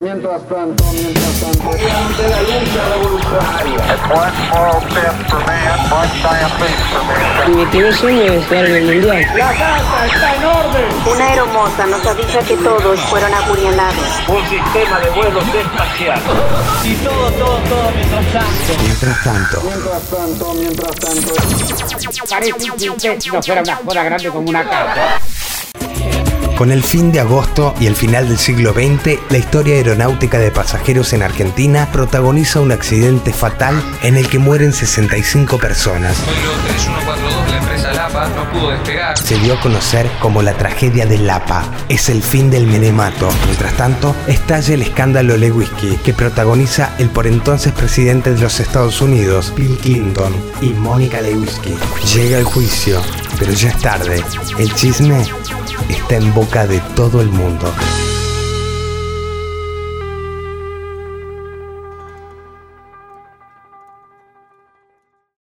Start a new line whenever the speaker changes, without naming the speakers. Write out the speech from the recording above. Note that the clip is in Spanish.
Mientras tanto, mientras tanto, ante la lucha revolucionaria.
Mi primer sueño es jugar en el mundial.
La casa está en orden.
Una aeromoza nos avisa que todos fueron apuñalados.
Un sistema de vuelos espacial.
Mientras tanto,
Mientras tanto, mientras tanto.
con el fin de agosto y el final del siglo XX, la historia aeronáutica de pasajeros en Argentina protagoniza un accidente fatal en el que mueren 65 personas.
Vuelo 3142 de la empresa Lapa no pudo despegar.
Se dio a conocer como la tragedia de Lapa. Es el fin del menemato. Mientras tanto, estalla el escándalo Lewinsky, que protagoniza el por entonces presidente de los Estados Unidos, Bill Clinton, y Mónica Lewinsky. Llega el juicio, pero ya es tarde. El chisme está en boca de todo el mundo.